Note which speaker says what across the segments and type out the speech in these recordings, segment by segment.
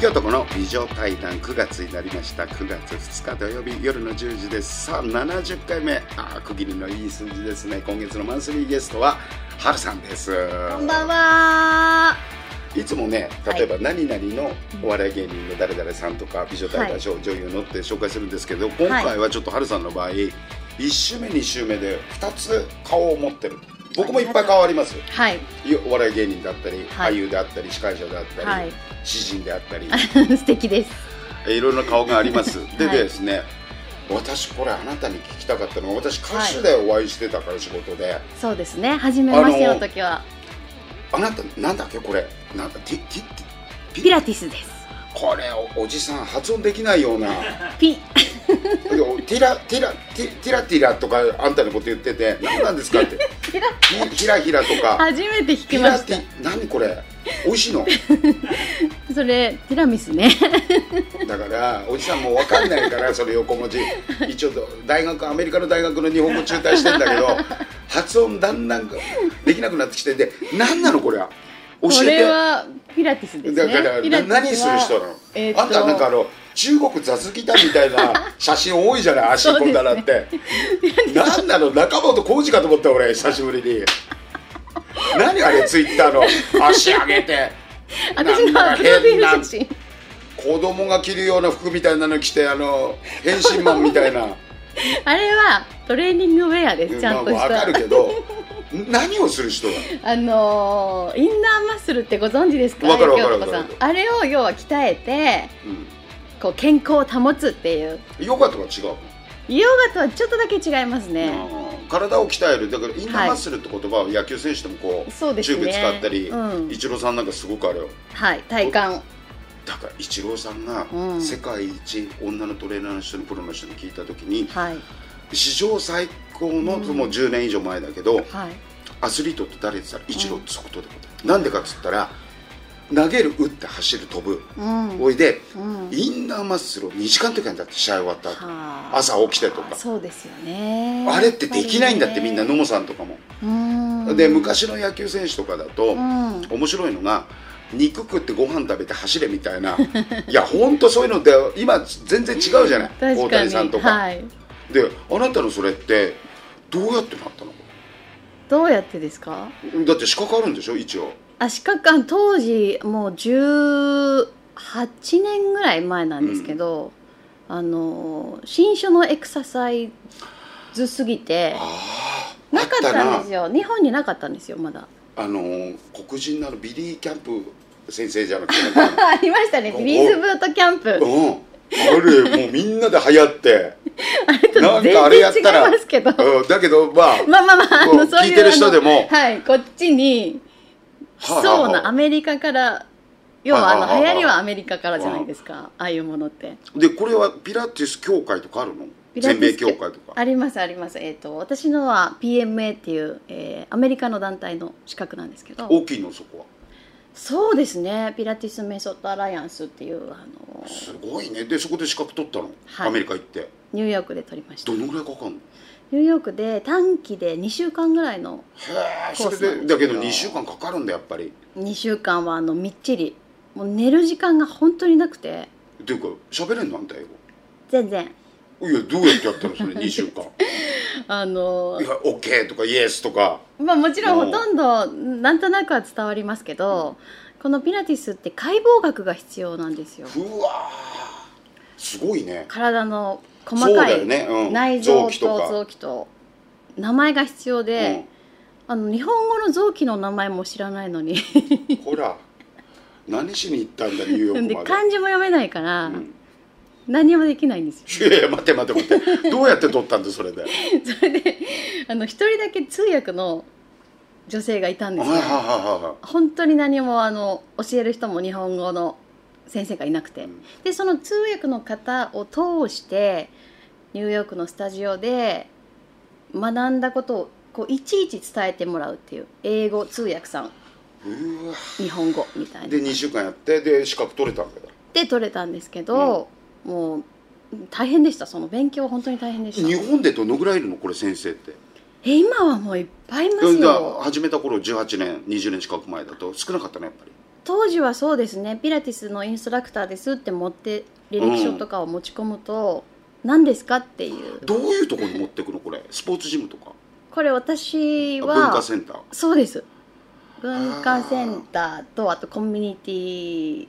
Speaker 1: 男の異常対談9月になりました9月2日土曜日夜の10時ですさあ70回目あー区切りのいい数字ですね今月のマンスリーゲストははるさんです
Speaker 2: こんばんは。
Speaker 1: いつもね例えば何々のお笑い芸人の誰々さんとか美女大会賞、女優のって紹介するんですけど今回はちょっとはるさんの場合、1週目2週目で2つ顔を持ってる僕もいっぱい顔あります
Speaker 2: はい。
Speaker 1: お笑い芸人だったり、
Speaker 2: はい
Speaker 1: 俳優であったり司会者であったり、
Speaker 2: はい。
Speaker 1: 詩人であったり
Speaker 2: 素敵です。
Speaker 1: いろんな顔がありますで
Speaker 2: はい
Speaker 1: ですね私これあなたに聞きたかったのが私歌手でお会いしてたから仕事で、
Speaker 2: そうですね。初めましての時は
Speaker 1: あなたなんだっけこれなんだティティティ
Speaker 2: ピラティスです。
Speaker 1: これおおじさん発音できないよ うな
Speaker 2: ピ
Speaker 1: でおティラティラティティラティラとかあんたのこと言ってて何なんですか って
Speaker 2: ピラ
Speaker 1: ひひらひらとか
Speaker 2: 初めて聞き
Speaker 1: ピ
Speaker 2: ま
Speaker 1: ラ
Speaker 2: し
Speaker 1: テ
Speaker 2: た。
Speaker 1: ィ何これ美味しいの
Speaker 2: それティラミスね。
Speaker 1: だからおじさんもう分かんないからその横文字一応大学アメリカの大学の日本語中退してんだけど発音だんだんできなくなってきてで何なのこれは教
Speaker 2: これ
Speaker 1: え
Speaker 2: はピラティスです
Speaker 1: て
Speaker 2: ね。
Speaker 1: だから
Speaker 2: ピラ
Speaker 1: な
Speaker 2: ティスは
Speaker 1: 何する人なの、
Speaker 2: えーっと
Speaker 1: あんたなんかあの中国雑技団みたいな写真多いじゃない足込んだらって、何なの中本浩二かと思った俺久しぶりに何あれツイッターの足上げて
Speaker 2: 私の
Speaker 1: な
Speaker 2: ア
Speaker 1: んか
Speaker 2: プロフィ
Speaker 1: 変な
Speaker 2: ール写真。
Speaker 1: 子供が着るような服みたいなの着てあ の変身マンみたいな
Speaker 2: あれはトレーニングウェアです。ちゃんとし
Speaker 1: まあ、分かる
Speaker 2: た。
Speaker 1: けど何をする人だ
Speaker 2: あのーインナーマッスルってご存知ですか？
Speaker 1: わかるわ
Speaker 2: 京
Speaker 1: かる
Speaker 2: 子さ
Speaker 1: わ
Speaker 2: ん
Speaker 1: かる
Speaker 2: あれを要は鍛えてこう健康を保つっていう。
Speaker 1: ヨガとか違うの、
Speaker 2: ヨガとはちょっとだけ違いますね。
Speaker 1: うん体を鍛えるだからインナーマッスルって言葉は野球選手でもこう
Speaker 2: そうですね
Speaker 1: チューブ使ったり、
Speaker 2: うん
Speaker 1: イチローさんなんかすごくあれよ
Speaker 2: はい、体幹。
Speaker 1: だからイチローさんが
Speaker 2: うん
Speaker 1: 世界一女のトレーナーの人にプロの人に聞いた時に
Speaker 2: はい。
Speaker 1: 史上最高の、もう10年以上前だけど、
Speaker 2: はい。
Speaker 1: アスリートって誰って言ったらイチローってそことでことなんでかっつったら投げる打って走る飛ぶ
Speaker 2: うん。
Speaker 1: おいで
Speaker 2: うん。
Speaker 1: インナーマッスルを2時間とかにだって試合終わった後
Speaker 2: はあ
Speaker 1: 朝起きてとか
Speaker 2: そうですよね。
Speaker 1: あれってできないんだってみんな
Speaker 2: の。
Speaker 1: 野茂さんとかも
Speaker 2: うん。
Speaker 1: で。昔の野球選手とかだと
Speaker 2: うん。
Speaker 1: 面白いのが肉食ってご飯食べて走れみたいな いやほんとそういうのって今全然違うじゃない
Speaker 2: 確かに。
Speaker 1: 大谷さんとか、
Speaker 2: はい。
Speaker 1: であなたのそれってどうやってなったの
Speaker 2: どうやってですか。
Speaker 1: だって資格あるんでしょ一応
Speaker 2: あ、視覚館当時もう十八年ぐらい前なんですけど、あの新書のエクササイズすぎて
Speaker 1: ああ
Speaker 2: なかっ
Speaker 1: あ
Speaker 2: たん
Speaker 1: な
Speaker 2: ですよ。日本になかったんですよまだ。
Speaker 1: あのー黒人なのビリー・キャンプ先生じゃなくて、
Speaker 2: ありましたね。ビリーズブートキャンプ。
Speaker 1: うんあれもうみんなで流行って な
Speaker 2: 全
Speaker 1: ん
Speaker 2: 然
Speaker 1: かあれやっ
Speaker 2: 違い
Speaker 1: たら
Speaker 2: ますけど。
Speaker 1: うんだけどまあ
Speaker 2: まあまあまあ、あ
Speaker 1: こう
Speaker 2: の、そういう。
Speaker 1: 聞いてる人でも
Speaker 2: あのはい、こっちに、来
Speaker 1: はあ
Speaker 2: そう
Speaker 1: はあ
Speaker 2: なアメリカから、要は
Speaker 1: はあはあ
Speaker 2: あ
Speaker 1: はあ
Speaker 2: の、流行りはアメリカからじゃないですか、ああいうものって。
Speaker 1: でこれはピラティス協会とかあるの
Speaker 2: ピラテ
Speaker 1: 全
Speaker 2: ィス
Speaker 1: 米協会とか
Speaker 2: ありますあります。えっ、と、私のは PMA っていう、えーアメリカの団体の資格なんですけど、
Speaker 1: 大きいのそこは
Speaker 2: そうですね、ピラティスメソッドアライアンスっていう、あの、
Speaker 1: すごいねでそこで資格取ったの、
Speaker 2: はい
Speaker 1: アメリカ行って
Speaker 2: ニューヨークで取りました。
Speaker 1: ど
Speaker 2: ニ
Speaker 1: のぐらいかかんの
Speaker 2: ューヨークで短期で2週間ぐらいの、
Speaker 1: へえ
Speaker 2: コ
Speaker 1: そ
Speaker 2: ー
Speaker 1: れ
Speaker 2: スなんで
Speaker 1: で
Speaker 2: すけど
Speaker 1: だけど2週間かかるんだやっぱり
Speaker 2: 2週間はあの、みっちり、もう寝る時間が本当になくて、
Speaker 1: っていうか喋れんのあんた英
Speaker 2: 全然。
Speaker 1: 語いやどうやってやったのそれ2週間 い
Speaker 2: あの
Speaker 1: や OK とかイエスとか
Speaker 2: まあもちろ
Speaker 1: うん
Speaker 2: んほとんどなんとなくは伝わりますけど、このピラティスって解剖学が必要なんですよ
Speaker 1: うわーすごいね
Speaker 2: 体の
Speaker 1: そ
Speaker 2: 細
Speaker 1: う
Speaker 2: か
Speaker 1: だよ
Speaker 2: い
Speaker 1: ね、うん、
Speaker 2: 内臓
Speaker 1: 臓器と
Speaker 2: と
Speaker 1: か
Speaker 2: 臓器と名前が必要で、あの日本語の臓器の名前も知らないのに
Speaker 1: うん、ほら何しに行ったんだニューヨーク
Speaker 2: で
Speaker 1: まで
Speaker 2: 漢字も読めないから、
Speaker 1: うん
Speaker 2: 何もできないんですよ
Speaker 1: いやいや待て待て待てどうやって撮ったんだそれではい
Speaker 2: それであの一人だけ通訳の女性がいたんで
Speaker 1: はい
Speaker 2: すよ
Speaker 1: はいは
Speaker 2: 本当に何もあの教える人も日本語の先生がいなく
Speaker 1: う
Speaker 2: て、
Speaker 1: ん
Speaker 2: でその通訳の方を通してニューヨークのスタジオで学んだことをこういちいち伝えてもらうっていう英語通訳さん
Speaker 1: いはいうわ
Speaker 2: 日本語みたいな
Speaker 1: で2週間やってで資格取れたんだよ
Speaker 2: で取れたんですけど、もう大変でしたその勉強本当に大変でした
Speaker 1: 日本でどのぐらいいるのこれ先生って
Speaker 2: え今はもういっぱいいます
Speaker 1: だから
Speaker 2: よ
Speaker 1: 始めた頃18年20年近く前だと少なかったねやっぱり
Speaker 2: 当時はそうですねピラティスのインストラクターですって持って履歴書とかを持ち込むと、何ですかっていう
Speaker 1: どういうところに持ってくのこれスポーツジムとか
Speaker 2: これ私は
Speaker 1: 文化センター
Speaker 2: そうです文化センターとあとコミュニ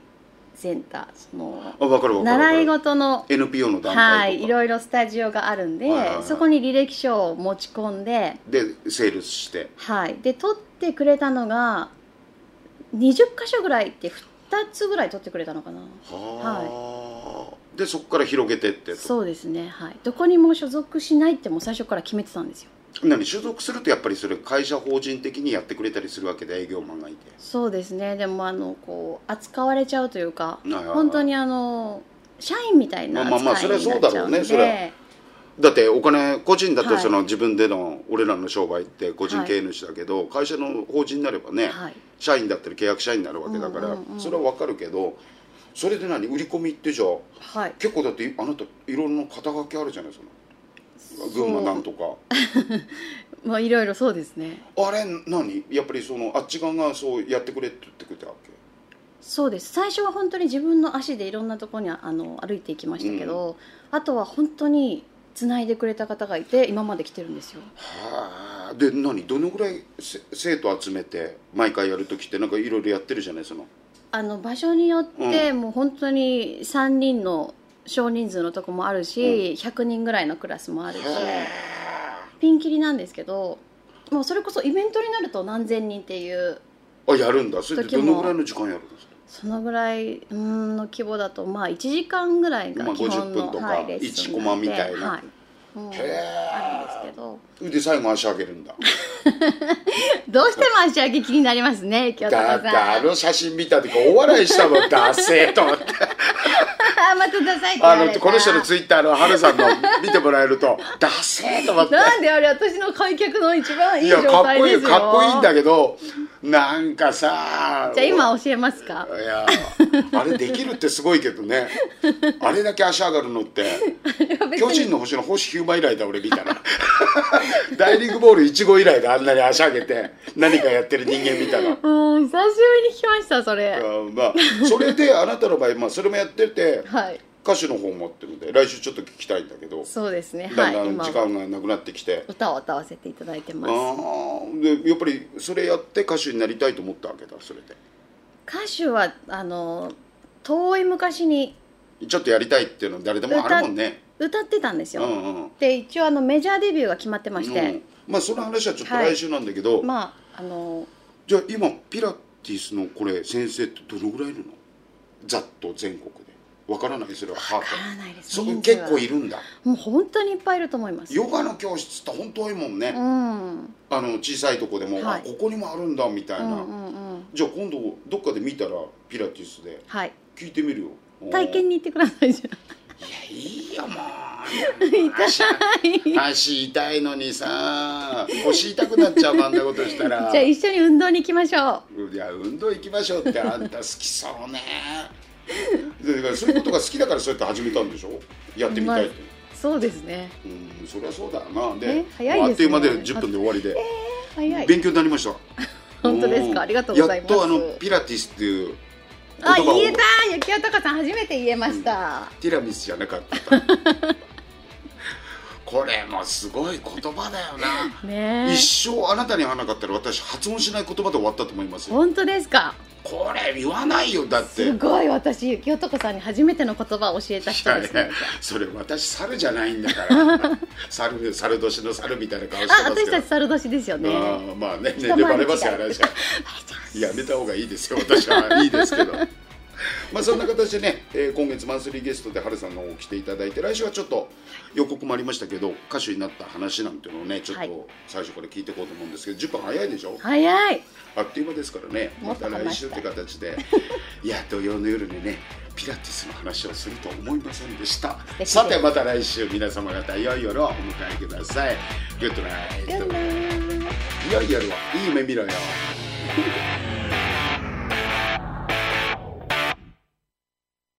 Speaker 2: ティセンターその
Speaker 1: あ分かる分かる
Speaker 2: 習い事の
Speaker 1: NPO の団体とか
Speaker 2: はいいろいろスタジオがあるんで、
Speaker 1: はいはいはい
Speaker 2: そこに履歴書を持ち込んで
Speaker 1: でセールスして
Speaker 2: はいで取ってくれたのが20箇所ぐらいって2つぐらい取ってくれたのかな
Speaker 1: はあ、でそこから広げてってと
Speaker 2: そうですねはいどこにも所属しないってもう最初から決めてたんですよ
Speaker 1: 何所属するとやっぱりそれ会社法人的にやってくれたりするわけで営業マンがいて
Speaker 2: そうですねでもあのこう扱われちゃうというか
Speaker 1: はいはいはい
Speaker 2: 本当にあの社員みたいな
Speaker 1: まあまあまあ
Speaker 2: 扱いになっちゃうんで
Speaker 1: それはそうだろうねだってお金個人だって
Speaker 2: はい
Speaker 1: その自分での俺らの商売って個人経営主だけど、会社の法人になればね、
Speaker 2: はい
Speaker 1: 社員だったり契約社員になるわけだから、
Speaker 2: うんうんうん
Speaker 1: それはわかるけどそれで何売り込みってじゃあ
Speaker 2: はい
Speaker 1: 結構だってあなたいろんな肩書きあるじゃないですか
Speaker 2: そう
Speaker 1: 群馬なんとか
Speaker 2: まあいろいろそうですね
Speaker 1: あれ何やっぱりそのあっち側がそうやってくれって言ってくれたわけ
Speaker 2: そうです最初は本当に自分の足でいろんなところにあの歩いていきましたけど、あとは本当につないでくれた方がいて今まで来てるんですよ
Speaker 1: はあで何どのぐらいせ生徒集めて毎回やるときってなんかいろいろやってるじゃないその
Speaker 2: あの場所によってもう本当に3人の少人数のとこもあるし、100人ぐらいのクラスもあるし、ピンキリなんですけどもうそれこそイベントになると何千人っていう
Speaker 1: あやるんだそれで
Speaker 2: 時
Speaker 1: どの
Speaker 2: も
Speaker 1: ぐらいの時間やるんですか
Speaker 2: そのぐらいうーんの規模だとまあ1時間ぐらいが
Speaker 1: まあ
Speaker 2: 基本
Speaker 1: 50分
Speaker 2: の、
Speaker 1: とか
Speaker 2: はい、レッスン
Speaker 1: 1コマみたいな
Speaker 2: はいもう
Speaker 1: へ
Speaker 2: あるんですけど
Speaker 1: えで最後足上げるんだ
Speaker 2: どうしても足上げ気になりますね京都
Speaker 1: だ
Speaker 2: さ
Speaker 1: っ
Speaker 2: ん
Speaker 1: てあの写真見た時大笑いしたもんダセーと思 って
Speaker 2: あ 待ってくださいって言わ
Speaker 1: あ
Speaker 2: れた
Speaker 1: のこの人のツイッターのハルさんの見てもらえるとダセーと思 って
Speaker 2: なんであれ私の開脚の一番い
Speaker 1: い
Speaker 2: い
Speaker 1: やか
Speaker 2: 状
Speaker 1: っ
Speaker 2: 態
Speaker 1: こ
Speaker 2: で
Speaker 1: いい
Speaker 2: すよ
Speaker 1: かっこいいんだけどなんかさ
Speaker 2: じゃあ今教えますか
Speaker 1: いやあれできるってすごいけどねあれだけ足上がるのって 「巨人の星」の星ヒューマ以来だ俺見たら 大リーグボール1号以来だあんなに足上げて何かやってる人間見たら。
Speaker 2: うん久しぶりに聞きましたそれ
Speaker 1: うんまあ、それであなたの場合、まあ、それもやってて
Speaker 2: はい
Speaker 1: 歌手の方もってるので来週ちょっと聞きたいんだけど
Speaker 2: そうですねは
Speaker 1: だ
Speaker 2: い
Speaker 1: んだん
Speaker 2: 今
Speaker 1: 時
Speaker 2: は
Speaker 1: 間がなくなってきて、
Speaker 2: 歌を歌わせていただいてます
Speaker 1: ああでやっぱりそれやって歌手になりたいと思ったわけだそれで
Speaker 2: 歌手はあの遠い昔に
Speaker 1: ちょっとやりたいっていうの誰でもあるもんね
Speaker 2: 歌ってたんです
Speaker 1: う
Speaker 2: よ、
Speaker 1: んうん
Speaker 2: で一応あのメジャーデビューが決まってまし
Speaker 1: う
Speaker 2: て
Speaker 1: ん、まあその話はちょっと
Speaker 2: はい
Speaker 1: 来週なんだけど、
Speaker 2: まああの
Speaker 1: じゃあ今ピラティスのこれ先生ってどのぐらいいるのざっと全国でわからないそれはハー
Speaker 2: わからないです
Speaker 1: そ
Speaker 2: 人数
Speaker 1: 結
Speaker 2: は
Speaker 1: 構いるんだ
Speaker 2: もう本当にいっぱいいると思います
Speaker 1: ヨガの教室って本当多いもんね、
Speaker 2: うん
Speaker 1: あの小さいとこでも、
Speaker 2: は
Speaker 1: あ
Speaker 2: い
Speaker 1: ここにもあるんだみたいな、
Speaker 2: うんうんうん
Speaker 1: じゃあ今度どっかで見たらピラティスで
Speaker 2: はい
Speaker 1: 聞いてみるよ
Speaker 2: 体験に行ってくださいじ
Speaker 1: いやいいよもう足足痛いのにさ腰痛くなっちゃうあんなことした
Speaker 2: ゃ
Speaker 1: ら
Speaker 2: あ じゃあ一緒に運動に行きましょ
Speaker 1: いや運動行きましょうってあんた好きそうね でだからそういうことが好きだからそうやって始めたんでしょやってみたいと、
Speaker 2: うそうですね
Speaker 1: うんそりゃそうだよなで
Speaker 2: え早いですね
Speaker 1: あっという間で10分で終わりで、
Speaker 2: 早い
Speaker 1: 勉強になりました
Speaker 2: 本当です
Speaker 1: うん
Speaker 2: かありがとうございます
Speaker 1: やっとあのピラティスっていう言
Speaker 2: あ
Speaker 1: 葉を
Speaker 2: 言えた雪男さん初めて言えました、
Speaker 1: ティラミスじゃなかった これもすごい言葉だよな
Speaker 2: ねえ
Speaker 1: 一生あなたに会わなかったら私発音しない言葉で終わったと思いますよ
Speaker 2: 本当ですか
Speaker 1: これ言わないよだって
Speaker 2: すごい私雪男さんに初めての言葉を教えた人です
Speaker 1: いやい
Speaker 2: ね
Speaker 1: やそれ私猿じゃないんだから 猿猿年の猿みたいな顔して
Speaker 2: あ
Speaker 1: ます
Speaker 2: 私
Speaker 1: けど
Speaker 2: たち猿年ですよね
Speaker 1: あーまあね年
Speaker 2: 一回り
Speaker 1: 齢バレますから
Speaker 2: 違う
Speaker 1: ねやめた方がいいですよ私はいいですけどまあそんな形でね、えー今月マンスリーゲストで春さんの方来ていただいて来週はちょっと予告もありましたけど歌手になった話なんていうのをねちょっ
Speaker 2: はい
Speaker 1: と最初から聞いていこうと思うんですけど10分早いでしょ
Speaker 2: 早い
Speaker 1: あっという間ですからね
Speaker 2: も
Speaker 1: ま
Speaker 2: っと
Speaker 1: た来週って形 でいや土曜の夜にねピラティスの話をすると思いませんでした
Speaker 2: 敵です
Speaker 1: さてまた来週皆様方良い夜をお迎えくださいグッドナイト
Speaker 2: やだー
Speaker 1: 良い夜をいい夢見ろよ